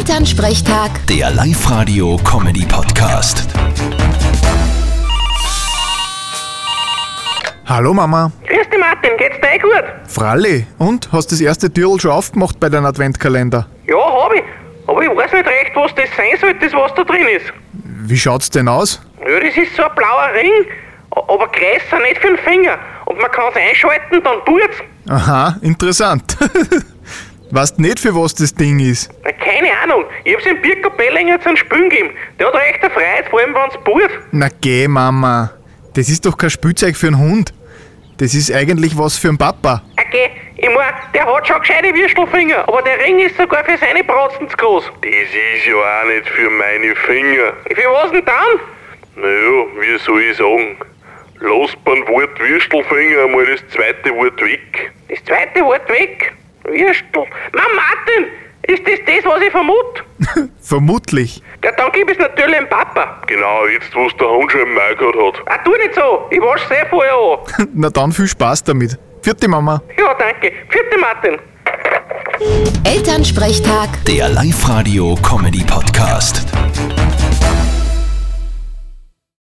Elternsprechtag, Der Live-Radio-Comedy-Podcast. Hallo Mama. Grüß dich Martin, geht's dir eh gut? Fralli, und? Hast das erste Türl schon aufgemacht bei deinem Adventkalender? Ja, hab ich. Aber ich weiß nicht recht, was das sein soll, das was da drin ist. Wie schaut's denn aus? Ja, das ist so ein blauer Ring, a- aber größer nicht für den Finger. Und man kann's einschalten, dann tut's. Aha, interessant. weißt nicht, für was das Ding ist. Na, keine Ahnung, ich hab's dem Birko Bellinger zum Spülen gegeben. Der hat recht erfreut, vor allem wenn's bohrt. Na geh, Mama. Das ist doch kein Spielzeug für einen Hund. Das ist eigentlich was für einen Papa. Okay, ich mein, der hat schon gescheite Würstelfinger, aber der Ring ist sogar für seine Bratzen zu groß. Das ist ja auch nicht für meine Finger. Für was denn dann? Naja, wie soll ich sagen? Lass beim Wort Würstelfinger einmal das zweite Wort weg. Das zweite Wort weg. Würstel. Na Martin, ist das das, was ich vermute? Vermutlich. Ja, dann gib es natürlich dem Papa. Genau, jetzt wo der Hund schon im Magen hat. Ah, tu nicht so, ich wasch sehr vorher an. Na dann viel Spaß damit. Vierte Mama. Ja, danke. Vierte Martin. Elternsprechtag. Der Live-Radio-Comedy-Podcast.